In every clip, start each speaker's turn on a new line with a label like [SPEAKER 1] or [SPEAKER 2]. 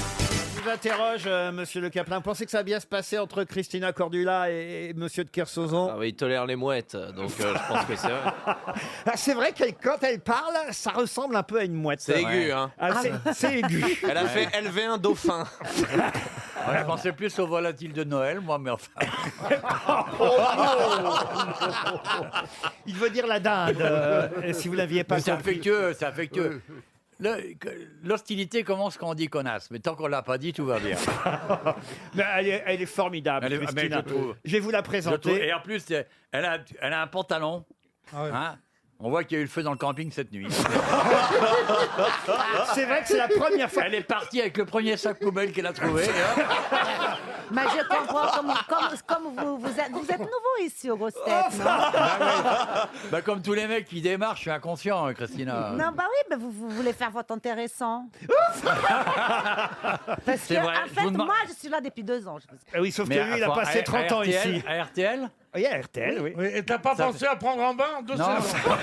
[SPEAKER 1] vous interroge, euh, monsieur Le Caplin, pensez que ça va bien se passer entre Christina Cordula et, et monsieur de Kersauzon
[SPEAKER 2] Ah oui, il tolère les mouettes, donc euh, je pense que c'est vrai.
[SPEAKER 1] Ah, C'est vrai que quand elle parle, ça ressemble un peu à une mouette.
[SPEAKER 2] C'est aigu, hein.
[SPEAKER 1] Ah, c'est- c'est aigu.
[SPEAKER 2] Elle a fait élever un dauphin.
[SPEAKER 3] Ouais, Ah, je pensais plus au volatile de Noël, moi, mais enfin.
[SPEAKER 1] Ah, Il veut dire la dinde, euh, si vous l'aviez pas
[SPEAKER 3] C'est
[SPEAKER 1] compris.
[SPEAKER 3] affectueux, c'est affectueux. Le- que- L'hostilité commence quand on dit connasse, mais tant qu'on l'a pas dit, tout va bien.
[SPEAKER 1] Mais elle, est, elle est formidable,
[SPEAKER 3] Elle est- ah, mais
[SPEAKER 1] Christina.
[SPEAKER 3] je trouve-
[SPEAKER 1] vais vous la
[SPEAKER 3] Je trouve-
[SPEAKER 1] présenter.
[SPEAKER 3] et en plus, euh, elle a, elle a un pantalon.
[SPEAKER 1] Ah
[SPEAKER 3] hein. on voit qu'il y a eu le feu dans le camping cette nuit.
[SPEAKER 1] C'est vrai que c'est la première fois.
[SPEAKER 3] elle est partie avec le premier sac poubelle qu'elle a trouvé. et hop.
[SPEAKER 4] Mais je comprends comment, comme, comme vous, vous, êtes, vous êtes nouveau ici au grosses Têtes, non
[SPEAKER 3] Bah, comme tous les mecs qui démarrent, je suis inconscient, hein, Christina.
[SPEAKER 4] Non, bah oui, mais vous, vous voulez faire votre intéressant. Parce que,
[SPEAKER 3] C'est vrai,
[SPEAKER 4] en
[SPEAKER 3] je
[SPEAKER 4] fait,
[SPEAKER 3] vous demande-
[SPEAKER 4] moi, je suis là depuis deux ans. je vous-
[SPEAKER 1] Ah Oui, sauf que
[SPEAKER 3] Mais
[SPEAKER 1] lui, il a
[SPEAKER 3] enfin,
[SPEAKER 1] passé
[SPEAKER 3] à-
[SPEAKER 1] 30
[SPEAKER 3] à
[SPEAKER 1] ans
[SPEAKER 3] RTL,
[SPEAKER 1] ici.
[SPEAKER 3] À RTL
[SPEAKER 1] Il y a RTL, oui.
[SPEAKER 5] Oui, et t'as pas pensé à prendre un bain en deux
[SPEAKER 3] Non.
[SPEAKER 5] secondes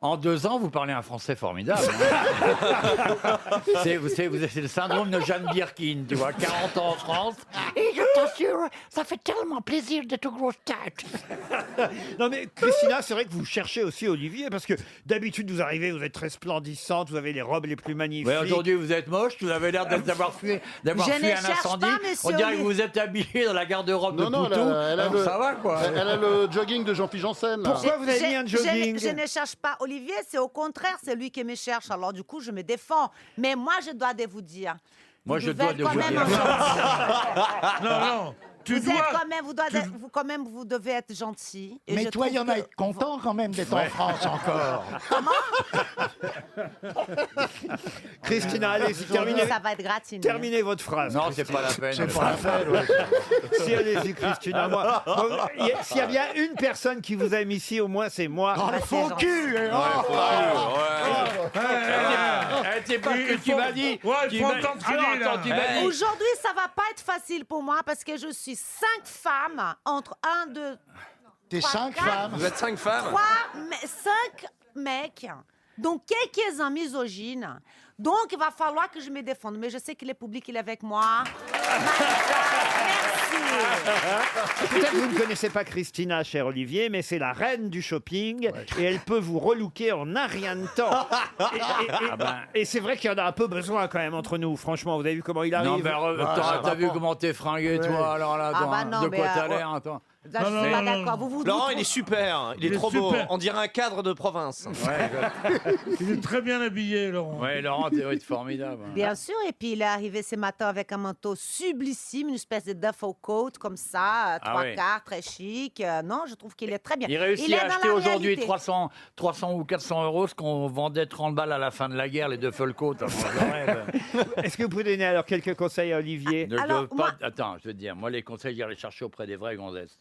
[SPEAKER 3] En deux ans, vous parlez un français formidable. hein. c'est, vous- c'est- vous- c'est le syndrome de Jeanne Birkin, tu vois, 40 ans en France.
[SPEAKER 6] Et je t'assure, ça fait tellement plaisir d'être grosse tête.
[SPEAKER 1] Non mais Christina, c'est vrai que vous cherchez aussi Olivier parce que d'habitude vous arrivez, vous êtes très splendissante, vous avez les robes les plus magnifiques.
[SPEAKER 3] Ouais, aujourd'hui, vous êtes moche, vous avez l'air d'être- d'avoir fui, d'avoir
[SPEAKER 4] Je
[SPEAKER 3] fui
[SPEAKER 4] ne
[SPEAKER 3] un
[SPEAKER 4] cherche
[SPEAKER 3] incendie.
[SPEAKER 4] pas, monsieur
[SPEAKER 3] On dirait que
[SPEAKER 4] Olivier.
[SPEAKER 3] vous êtes habillé dans la garde-robe de
[SPEAKER 7] Non, non, elle
[SPEAKER 3] Poutou.
[SPEAKER 7] a- elle a
[SPEAKER 3] Alors,
[SPEAKER 7] le-
[SPEAKER 3] ça va, quoi.
[SPEAKER 7] Elle elle a le jogging de Jean-Philippe Janssen. là.
[SPEAKER 1] Pourquoi vous avez
[SPEAKER 4] Je-
[SPEAKER 1] mis un
[SPEAKER 4] je-
[SPEAKER 1] jogging
[SPEAKER 4] Je, ne cherche pas Olivier, c'est au contraire, c'est lui qui me cherche. Alors du coup, je me défends. Mais moi, je dois de vous dire.
[SPEAKER 3] Moi,
[SPEAKER 4] vous
[SPEAKER 3] je dois
[SPEAKER 4] êtes
[SPEAKER 3] de
[SPEAKER 4] quand
[SPEAKER 3] vous
[SPEAKER 4] même
[SPEAKER 3] dire.
[SPEAKER 4] un gentil.
[SPEAKER 5] Non, non. Tu
[SPEAKER 4] Vous êtes
[SPEAKER 5] dois.
[SPEAKER 4] quand même, vous, dois- vous- quand même, vous devez être gentil. Et
[SPEAKER 6] Mais
[SPEAKER 4] je
[SPEAKER 6] toi,
[SPEAKER 4] trouve
[SPEAKER 6] il y en a
[SPEAKER 4] que-
[SPEAKER 6] être content quand même d'être en France encore.
[SPEAKER 1] Christina, allez-y, terminez,
[SPEAKER 4] Ça va être gratiné.
[SPEAKER 1] terminez votre phrase.
[SPEAKER 3] Non, c'est pas la peine.
[SPEAKER 1] Si allez-y Christina, moi. moi, il y a- S'il y a bien une personne qui vous aime ici, au moins c'est moi.
[SPEAKER 6] Oh, le fond
[SPEAKER 4] c'est
[SPEAKER 6] cul eh, oh.
[SPEAKER 2] Ah,
[SPEAKER 3] Eh, t'es pas
[SPEAKER 5] Il- il
[SPEAKER 3] tu
[SPEAKER 5] faut-
[SPEAKER 3] m'as dit.
[SPEAKER 5] Ouais, il
[SPEAKER 3] tu
[SPEAKER 5] faut
[SPEAKER 3] m'as-
[SPEAKER 5] entendre ce
[SPEAKER 3] Alors,
[SPEAKER 5] qu'il dit, là.
[SPEAKER 3] attends, tu m'as dit.
[SPEAKER 4] Aujourd'hui, ça va pas être facile pour moi parce que je suis cinq femmes entre un, deux,
[SPEAKER 6] T'es cinq femmes.
[SPEAKER 2] Vous êtes cinq femmes
[SPEAKER 4] trois, me- cinq mecs. Donc, quelques-uns misogynes. Donc, il va falloir que je me défende. Mais je sais que le public, il est avec moi. Merci.
[SPEAKER 1] Peut-être que vous ne connaissez pas Christina, cher Olivier, mais c'est la reine du shopping et elle peut vous relooker en un rien de temps. Et, et- et- et c'est vrai qu'il y en a un peu besoin quand même entre nous. Franchement, vous avez vu comment il arrive.
[SPEAKER 3] Non, mais re- t'as, t'as vu comment t'es fringué, toi, alors là,
[SPEAKER 4] Ah,
[SPEAKER 3] attends,
[SPEAKER 4] bah non,
[SPEAKER 3] de
[SPEAKER 4] mais,
[SPEAKER 3] quoi
[SPEAKER 4] euh,
[SPEAKER 3] t'as
[SPEAKER 4] ouais.
[SPEAKER 3] l'air, attends.
[SPEAKER 4] Là, je
[SPEAKER 5] Non,
[SPEAKER 4] suis
[SPEAKER 5] non,
[SPEAKER 4] pas
[SPEAKER 5] non, non.
[SPEAKER 4] d'accord. Vous vous
[SPEAKER 2] Laurent,
[SPEAKER 4] vous-
[SPEAKER 2] il est super. Il est,
[SPEAKER 5] Il est
[SPEAKER 2] trop
[SPEAKER 5] super.
[SPEAKER 2] beau. On dirait un cadre de province.
[SPEAKER 5] Il est très bien habillé, Laurent.
[SPEAKER 3] Ouais, Laurent, t'es ouais, t'es formidable.
[SPEAKER 4] Bien sûr, et puis il est arrivé ce matin avec un manteau sublissime, une espèce de duffel coat comme ça, euh,
[SPEAKER 3] Ah
[SPEAKER 4] trois
[SPEAKER 3] oui.
[SPEAKER 4] quarts, très chic. Euh, Non, je trouve qu'il est très bien.
[SPEAKER 3] Il réussit
[SPEAKER 4] est
[SPEAKER 3] à
[SPEAKER 4] dans
[SPEAKER 3] acheter
[SPEAKER 4] la
[SPEAKER 3] aujourd'hui
[SPEAKER 4] réalité.
[SPEAKER 3] 300, 300 ou 400 euros ce qu'on vendait 30 balles à la fin de la guerre, les deux Folcotes.
[SPEAKER 1] Est-ce que vous pouvez donner alors quelques conseils à Olivier
[SPEAKER 3] ne
[SPEAKER 4] Alors,
[SPEAKER 3] doivent pas.
[SPEAKER 4] moi-
[SPEAKER 3] Attends, je veux te dire, moi, les conseils, j'irai les chercher auprès des vraies gonzesses.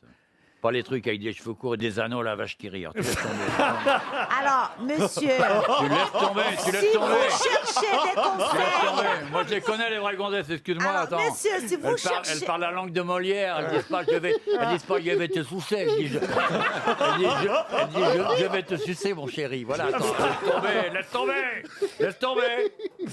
[SPEAKER 3] Pas les trucs avec des cheveux courts et des anneaux à la vache qui rire. Tu laisses tomber.
[SPEAKER 4] Alors, monsieur,
[SPEAKER 3] tu laisses tomber, tu laisses
[SPEAKER 4] si
[SPEAKER 3] tomber.
[SPEAKER 4] vous cherchez des
[SPEAKER 3] Tu laisses
[SPEAKER 4] conseils,
[SPEAKER 3] tomber. Moi, je les connais, les vraies gonzesses, excuse-moi,
[SPEAKER 4] alors,
[SPEAKER 3] attends.
[SPEAKER 4] monsieur, si vous
[SPEAKER 3] Elles parlent,
[SPEAKER 4] cherchez...
[SPEAKER 3] elles parlent la langue de Molière, elles disent pas je vais, elles disent pas je vais te sucer, elles disent, je, elles disent, je- elles disent, je- je vais te sucer mon chéri, voilà. Attends, laisse tomber, laisse tomber, laisse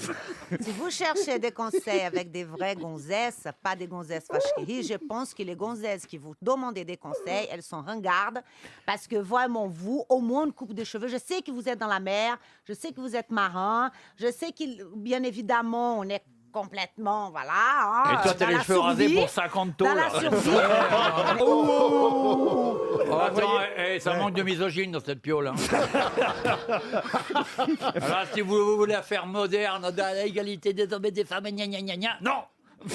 [SPEAKER 3] tomber.
[SPEAKER 4] Si vous cherchez des conseils avec des vraies gonzesses, pas des gonzesses fâcheries, je pense que les gonzesses qui vous demandent des conseils, elles sont ringardes. Parce que vraiment, vous, au moins une coupe de cheveux, je sais que vous êtes dans la mer, je sais que vous êtes marin, je sais que, bien évidemment, on est complètement, voilà. hein,
[SPEAKER 3] Et toi, t'as
[SPEAKER 4] dans
[SPEAKER 3] les
[SPEAKER 4] la
[SPEAKER 3] cheveux rasés
[SPEAKER 4] survie.
[SPEAKER 3] pour 50 taux.
[SPEAKER 4] Dans
[SPEAKER 3] là.
[SPEAKER 4] la survie.
[SPEAKER 3] Oh, attends, eh, eh, ça manque de misogyne dans cette piole. hein. Alors, si vous, vous voulez la faire moderne, dans l'égalité des hommes et des femmes, gna gna gna gna, non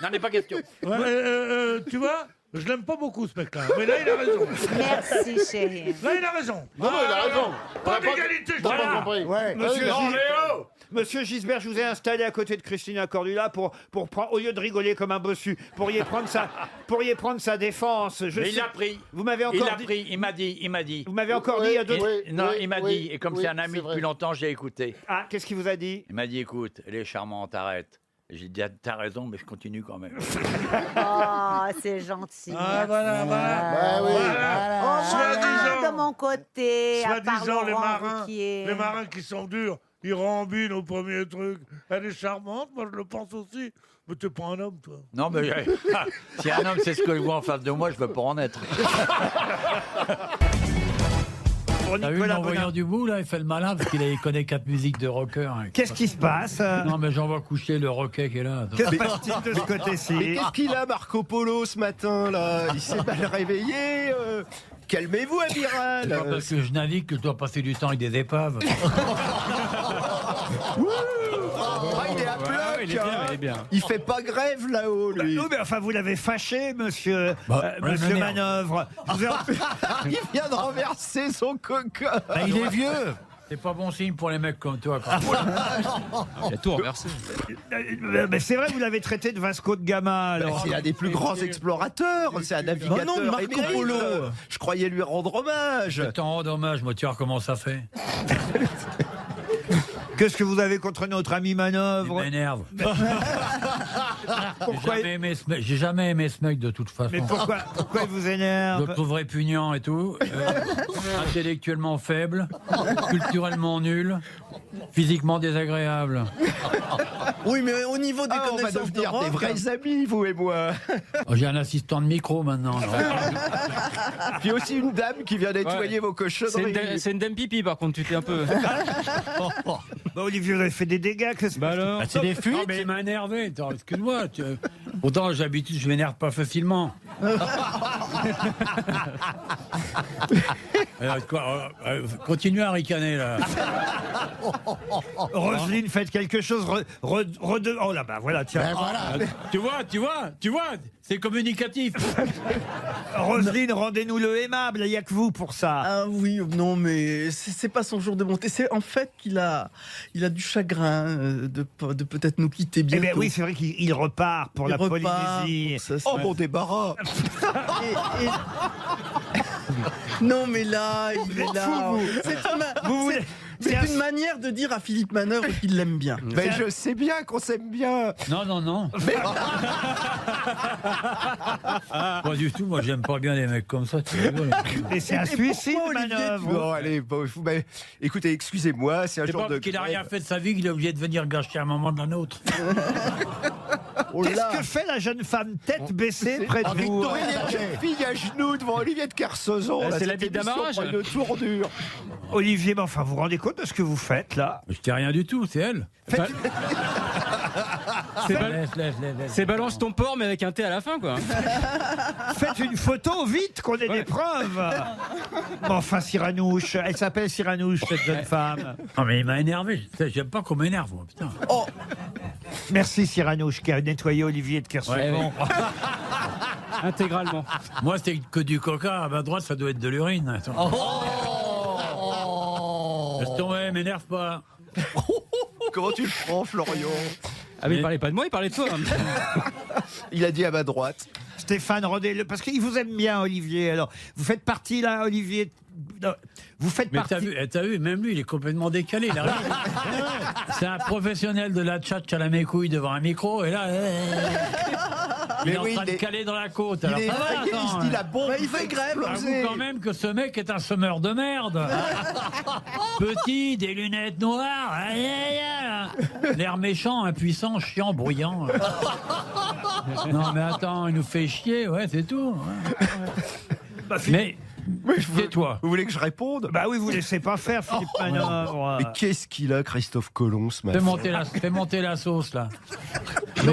[SPEAKER 3] N'en est pas question.
[SPEAKER 5] Ouais, euh, euh, tu vois, je l'aime pas beaucoup, ce mec-là. Mais là, il a raison.
[SPEAKER 4] Merci, chérie.
[SPEAKER 5] Là, il a raison.
[SPEAKER 7] Non, non, il a raison.
[SPEAKER 5] Pas
[SPEAKER 7] T'as pas-
[SPEAKER 5] d'égalité, je
[SPEAKER 7] t'as pas
[SPEAKER 5] voilà. Ah,
[SPEAKER 7] compris.
[SPEAKER 6] Ouais.
[SPEAKER 7] Monsieur
[SPEAKER 1] Non,
[SPEAKER 7] Gilles-
[SPEAKER 1] Monsieur Gisbert, je vous ai installé à côté de Christina Cordula pour, pour prendre, au lieu de rigoler comme un bossu, pourriez prendre sa, pourriez prendre sa défense. Je
[SPEAKER 3] Mais
[SPEAKER 1] sais-
[SPEAKER 3] il a pris.
[SPEAKER 1] Vous m'avez
[SPEAKER 3] Il
[SPEAKER 1] encore
[SPEAKER 3] a
[SPEAKER 1] dit,
[SPEAKER 3] pris, il m'a dit, il m'a dit.
[SPEAKER 1] vous m'avez encore
[SPEAKER 7] Oui,
[SPEAKER 1] dit il y a deux-
[SPEAKER 3] Il-
[SPEAKER 7] oui,
[SPEAKER 3] non,
[SPEAKER 7] oui,
[SPEAKER 3] il m'a
[SPEAKER 7] oui,
[SPEAKER 3] dit, et comme
[SPEAKER 7] oui,
[SPEAKER 3] c'est un
[SPEAKER 7] c'est
[SPEAKER 3] ami
[SPEAKER 7] vrai.
[SPEAKER 3] depuis longtemps, j'ai écouté.
[SPEAKER 1] Ah, qu'est-ce qu'il vous a dit
[SPEAKER 3] Il m'a dit, écoute, elle est charmante, arrête. J'ai dit, ah, t'as raison, mais je continue quand même.
[SPEAKER 4] Oh, c'est gentil.
[SPEAKER 5] Ah, voilà, voilà.
[SPEAKER 7] Ah oui.
[SPEAKER 4] Au
[SPEAKER 5] Soit
[SPEAKER 4] moins un
[SPEAKER 5] disant-
[SPEAKER 4] Oh, ah, de mon côté, à part
[SPEAKER 5] Soi-disant, les
[SPEAKER 4] Laurent
[SPEAKER 5] marins,
[SPEAKER 4] Ruquier.
[SPEAKER 5] les marins qui sont durs, il rembine au premier truc. Elle est charmante, moi je le pense aussi. Mais t'es pas un homme, toi.
[SPEAKER 3] Non, mais ah, si un homme c'est ce que je vois en face de moi, je veux pas en être.
[SPEAKER 1] Pour
[SPEAKER 8] T'as vu,
[SPEAKER 1] Nicolas Bonin.
[SPEAKER 8] l'envoyeur du bout, là, il fait le malin parce qu'il a- il connaît quatre musiques de rocker. hein.
[SPEAKER 1] Qu'est-ce qui se passe euh
[SPEAKER 8] Non, mais j'en vois coucher le roquet qui est là. Attends.
[SPEAKER 1] Que se passe-t-il de ce côté-ci
[SPEAKER 9] Qu'est-ce qu'il a, Marco Polo, ce matin, là Il s'est mal réveillé euh, Calmez-vous, amiral
[SPEAKER 8] C'est pas parce que je navigue que je dois passer du temps avec des épaves.
[SPEAKER 9] Ah, il est à bloc, hein. Il fait pas grève, là-haut, lui
[SPEAKER 1] Non, mais enfin, vous l'avez fâché, monsieur,
[SPEAKER 8] Bah,
[SPEAKER 1] euh, monsieur
[SPEAKER 8] René.
[SPEAKER 1] Manœuvre. Vous avez-
[SPEAKER 9] Il vient de renverser son coca
[SPEAKER 8] Bah, il est vieux C'est pas bon signe pour les mecs comme toi. quoi.
[SPEAKER 1] Euh, mais c'est vrai, vous l'avez traité de Vasco de Gama, alors.
[SPEAKER 9] Bah, C'est un des plus grands explorateurs, c'est un navigateur.
[SPEAKER 1] Bah non, Marco
[SPEAKER 9] émérite.
[SPEAKER 1] Polo.
[SPEAKER 9] Je croyais lui rendre hommage.
[SPEAKER 8] Je t'en rends dommage, moi, tu vois comment ça fait.
[SPEAKER 1] Qu'est-ce que vous avez contre notre ami
[SPEAKER 8] Il
[SPEAKER 1] Manœuvre
[SPEAKER 8] m'énerve.
[SPEAKER 1] Pourquoi
[SPEAKER 8] J'ai jamais, aimé ce mec- j'ai jamais aimé ce mec de toute façon.
[SPEAKER 1] Mais pourquoi, pourquoi il vous
[SPEAKER 8] Je
[SPEAKER 1] énerve
[SPEAKER 8] le trouve répugnant et tout. euh, intellectuellement faible, culturellement nul, physiquement désagréable.
[SPEAKER 10] Oui, mais au niveau des
[SPEAKER 9] Ah, on va
[SPEAKER 10] connaissances de
[SPEAKER 9] devenir des
[SPEAKER 10] rock,
[SPEAKER 9] vrais amis, vous et moi.
[SPEAKER 8] Oh, J'ai un assistant de micro maintenant. là.
[SPEAKER 9] Puis aussi une dame qui vient nettoyer vos cochonneries.
[SPEAKER 10] une dame pipi par contre, tu t'es un peu.
[SPEAKER 1] Bah, Olivier, vous avez fait des dégâts. que se passe
[SPEAKER 10] alors
[SPEAKER 8] Ah, C'est des fuites Non, mais il m'a énervé. Attends, Excuse-moi. tu- Pourtant, j'habitude, je m'énerve pas facilement. Alors, quoi, euh, euh, continuez à ricaner, là.
[SPEAKER 1] Roselyne, faites quelque chose. Re, re- rede- oh là bah voilà, tiens.
[SPEAKER 8] Tu vois, tu vois, tu vois, c'est communicatif.
[SPEAKER 9] Ben,
[SPEAKER 1] Roselyne, rendez-nous le aimable. Il n'y a que vous pour ça.
[SPEAKER 10] Ah oui, non, mais c'est c'est pas son jour de bonté. C'est en fait qu'il a, il a du chagrin euh, de, pe- de peut-être nous quitter
[SPEAKER 1] Eh
[SPEAKER 10] bientôt.
[SPEAKER 1] bien oui, c'est vrai qu'il il repart pour
[SPEAKER 10] Il
[SPEAKER 1] la
[SPEAKER 10] repart,
[SPEAKER 1] Polynésie.
[SPEAKER 10] pour ça, c'est-
[SPEAKER 9] Oh mon débarras
[SPEAKER 10] Et- et- Non, mais là, il est là. C'est une, ma-
[SPEAKER 1] Vous voulez-
[SPEAKER 10] c'est
[SPEAKER 1] c'est un-
[SPEAKER 10] une manière de dire à Philippe Manœuvre qu'il l'aime bien.
[SPEAKER 9] Mais je sais bien qu'on s'aime bien
[SPEAKER 8] Non, non, non. Pas du tout, moi j'aime pas bien les mecs comme ça. tu rigoles.
[SPEAKER 1] Et c'est un suicide, manœuvre. hein.
[SPEAKER 9] Bon, Oh, allez, bon, je vous- mais, écoutez, excusez-moi, c'est un
[SPEAKER 8] C'est
[SPEAKER 9] jour
[SPEAKER 8] pas
[SPEAKER 9] de
[SPEAKER 8] parce qu'il a
[SPEAKER 9] grève.
[SPEAKER 8] rien fait de sa vie qu'il est obligé de venir gâcher un moment d'un autre.
[SPEAKER 9] Oh là
[SPEAKER 1] Qu'est-ce que fait la jeune femme tête baissée près de vous hein
[SPEAKER 9] Victorine est fille à genoux devant Olivier de Kersauzon. là,
[SPEAKER 10] Euh, c'est
[SPEAKER 9] cette
[SPEAKER 10] la bite
[SPEAKER 9] émission
[SPEAKER 10] d'amarrage.
[SPEAKER 9] prend Une tournure.
[SPEAKER 1] Olivier, mais enfin, vous vous rendez compte de ce que vous faites là
[SPEAKER 8] Je t'ai rien du tout, c'est elle. Laisse, laisse, laisse, laisse.
[SPEAKER 10] balance ton porc, mais avec un thé à la fin, quoi.
[SPEAKER 1] Faites une photo vite qu'on ait des preuves. Mais enfin, Cyranouche, elle s'appelle Cyranouche, cette jeune femme.
[SPEAKER 8] Non mais il m'a énervé, je- putain, j'aime pas qu'on m'énerve moi, putain.
[SPEAKER 1] Merci Cyranouche qui a nettoyé Olivier de Kersauzon.
[SPEAKER 10] Intégralement.
[SPEAKER 8] Moi c'est que du coca, à ma droite ça doit être de l'urine. Attends. Laisse tomber, m'énerve pas.
[SPEAKER 9] Comment tu le prends, Florian
[SPEAKER 10] Ah, mais il parlait pas de moi, il parlait de toi.
[SPEAKER 9] Il a dit à ma droite.
[SPEAKER 1] Stéphane, rendez-le. Parce qu'il vous aime bien, Olivier. Alors, vous faites partie, là, Olivier. non, Vous faites
[SPEAKER 8] Mais
[SPEAKER 1] partie.
[SPEAKER 8] t'as vu, eh, t'as vu, même lui il est complètement décalé. il a rien. C'est un professionnel de la tchatche à la mécouille devant un micro et là... eh, Il
[SPEAKER 9] Mais
[SPEAKER 8] est
[SPEAKER 9] oui,
[SPEAKER 8] en train
[SPEAKER 9] il est-
[SPEAKER 8] de caler dans la côte.
[SPEAKER 9] Il
[SPEAKER 8] alors
[SPEAKER 9] est
[SPEAKER 8] ça va,
[SPEAKER 9] effrayé, il
[SPEAKER 8] attends,
[SPEAKER 9] se dit la bombe.
[SPEAKER 10] Bah, il fait grève.
[SPEAKER 9] exploser.
[SPEAKER 8] Avoue quand même que ce mec est un semeur de merde. Petit, des lunettes noires, aïe, aïe, aïe. l'air méchant, impuissant, chiant, bruyant. Non mais attends, il nous fait chier, ouais, c'est tout. ouais. Mais tais-toi.
[SPEAKER 9] Vous voulez que je réponde
[SPEAKER 1] Bah oui, vous laissez pas faire, Philippe
[SPEAKER 8] Oh.
[SPEAKER 1] Manœuvre.
[SPEAKER 9] Mais qu'est-ce qu'il a, Christophe Colomb, ce
[SPEAKER 8] Fais
[SPEAKER 9] matin
[SPEAKER 8] monter, la, fais monter la sauce là. Le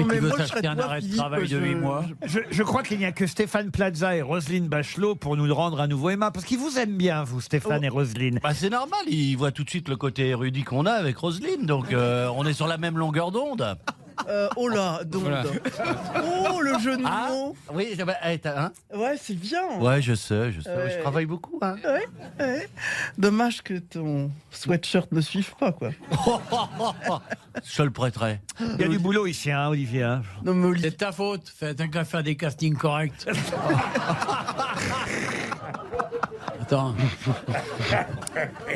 [SPEAKER 10] Non,
[SPEAKER 8] mec
[SPEAKER 10] mais
[SPEAKER 8] qui veut
[SPEAKER 10] moi, je
[SPEAKER 8] s'acheter
[SPEAKER 10] serais
[SPEAKER 8] un
[SPEAKER 10] toi,
[SPEAKER 8] arrêt de
[SPEAKER 10] Philippe,
[SPEAKER 8] travail de
[SPEAKER 10] je-
[SPEAKER 8] 8 mois.
[SPEAKER 1] Je, je crois qu'il n'y a que Stéphane Plaza et Roselyne Bachelot pour nous le rendre à nouveau aimable. Parce qu'ils vous aiment bien, vous, Stéphane
[SPEAKER 8] Oh.
[SPEAKER 1] et Roselyne.
[SPEAKER 11] Bah, c'est normal, il voit tout de suite le côté érudit qu'on a avec Roselyne, donc euh, on est sur la même longueur d'onde.
[SPEAKER 10] Euh, oh là, donc. Oh, le jeu de mots.
[SPEAKER 11] Oui, je- bah, eh, t'as- hein
[SPEAKER 10] Ouais, c'est bien.
[SPEAKER 11] Ouais, je sais, je sais,
[SPEAKER 10] Ouais.
[SPEAKER 11] je travaille beaucoup. hein.
[SPEAKER 10] Ouais. Dommage que ton sweatshirt ne suive pas, quoi.
[SPEAKER 11] Je te le prêterai.
[SPEAKER 1] Il y a du boulot ici, hein, Olivier. hein.
[SPEAKER 10] Non, mais Olivier,
[SPEAKER 8] C'est ta faute, fais- t'as qu'à faire des castings corrects. Attends.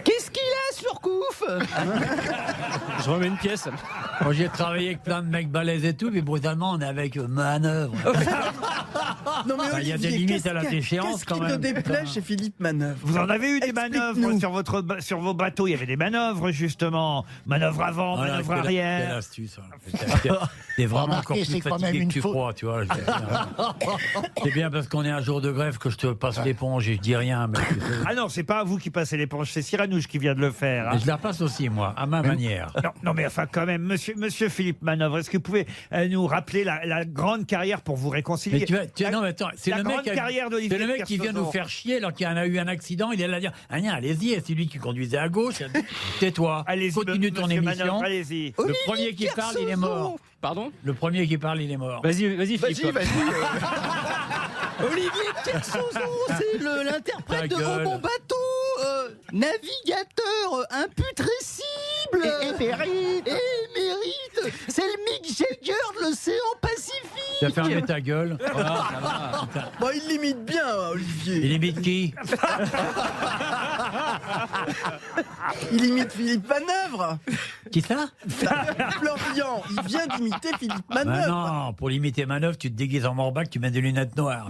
[SPEAKER 10] Qu'est-ce qu'il a sur couf Je remets une pièce.
[SPEAKER 8] Moi, j'ai travaillé avec plein de mecs balèzes et tout, puis brutalement, on est avec euh, manœuvre.
[SPEAKER 10] Non, mais
[SPEAKER 8] Bah, il y a
[SPEAKER 10] Olivier,
[SPEAKER 8] des limites
[SPEAKER 10] qu'est-ce
[SPEAKER 8] à la
[SPEAKER 10] que-
[SPEAKER 8] déchéance,
[SPEAKER 10] Qu'est-ce
[SPEAKER 8] quand
[SPEAKER 10] qui te
[SPEAKER 8] même,
[SPEAKER 10] déplaît
[SPEAKER 8] putain.
[SPEAKER 10] chez Philippe Manœuvre
[SPEAKER 1] Vous en avez eu des
[SPEAKER 10] Explique-nous.
[SPEAKER 1] manœuvres sur, votre, ba- sur vos bateaux. Il y avait des manœuvres, justement. Manœuvre avant,
[SPEAKER 8] Voilà,
[SPEAKER 1] manœuvre
[SPEAKER 8] quelle- quelle
[SPEAKER 1] arrière.
[SPEAKER 8] astuce. hein. T'es vraiment encore
[SPEAKER 6] Remarquez,
[SPEAKER 8] plus
[SPEAKER 6] c'est quand
[SPEAKER 8] fatigué
[SPEAKER 6] même
[SPEAKER 8] que
[SPEAKER 6] une
[SPEAKER 8] tu
[SPEAKER 6] faute.
[SPEAKER 8] crois, tu vois. je- C'est bien parce qu'on est un jour de grève que je te passe l'éponge et je dis rien. Mais, tu sais.
[SPEAKER 1] Ah non, c'est pas vous qui passez l'éponge, c'est Cyranouche qui vient de le faire. hein.
[SPEAKER 8] Mais je la passe aussi, moi, à ma manière.
[SPEAKER 1] Non, non, mais enfin, quand même, monsieur, monsieur Philippe Manœuvre, est-ce que vous pouvez euh, nous rappeler la, la grande carrière pour vous réconcilier
[SPEAKER 8] Mais tu vas- tu- non, mais attends, c'est
[SPEAKER 1] la
[SPEAKER 8] le mec,
[SPEAKER 1] grande
[SPEAKER 8] qui a-
[SPEAKER 1] carrière d'Olivier
[SPEAKER 8] c'est le mec qui vient
[SPEAKER 1] Kersauzon.
[SPEAKER 8] nous faire chier alors qu'il y en a eu un accident. Il est là à dire Ah, non, allez-y, c'est lui qui conduisait à gauche. Tais-toi,
[SPEAKER 1] Allez-y,
[SPEAKER 8] continue
[SPEAKER 1] me-
[SPEAKER 8] ton
[SPEAKER 1] monsieur
[SPEAKER 8] émission.
[SPEAKER 1] Manœuvre, allez-y.
[SPEAKER 8] le premier qui parle, il est mort.
[SPEAKER 12] Pardon
[SPEAKER 8] Le premier qui parle, il est mort.
[SPEAKER 12] Vas-y, vas-y,
[SPEAKER 9] Vas-y,
[SPEAKER 12] Philippe.
[SPEAKER 9] vas-y.
[SPEAKER 6] Olivier Kersauzon, c'est le-
[SPEAKER 8] Ta
[SPEAKER 6] l'interprète de
[SPEAKER 8] gueule.
[SPEAKER 6] Robon Bateau, euh, navigateur euh, imputrescible, émérite, émérite. C'est le Mick Jagger de l'océan Pacifique.
[SPEAKER 8] Tu as fermé ta gueule. Voilà, ça va, putain.
[SPEAKER 10] Bon, il l'imite bien, hein, Olivier.
[SPEAKER 8] Il imite qui
[SPEAKER 10] Il imite Philippe Manœuvre.
[SPEAKER 8] Qui ça
[SPEAKER 10] Florian, il vient d'imiter Philippe
[SPEAKER 8] Bah
[SPEAKER 10] Manœuvre.
[SPEAKER 8] Non, pour limiter manœuvre, tu te déguises en morbac, tu mets des lunettes noires.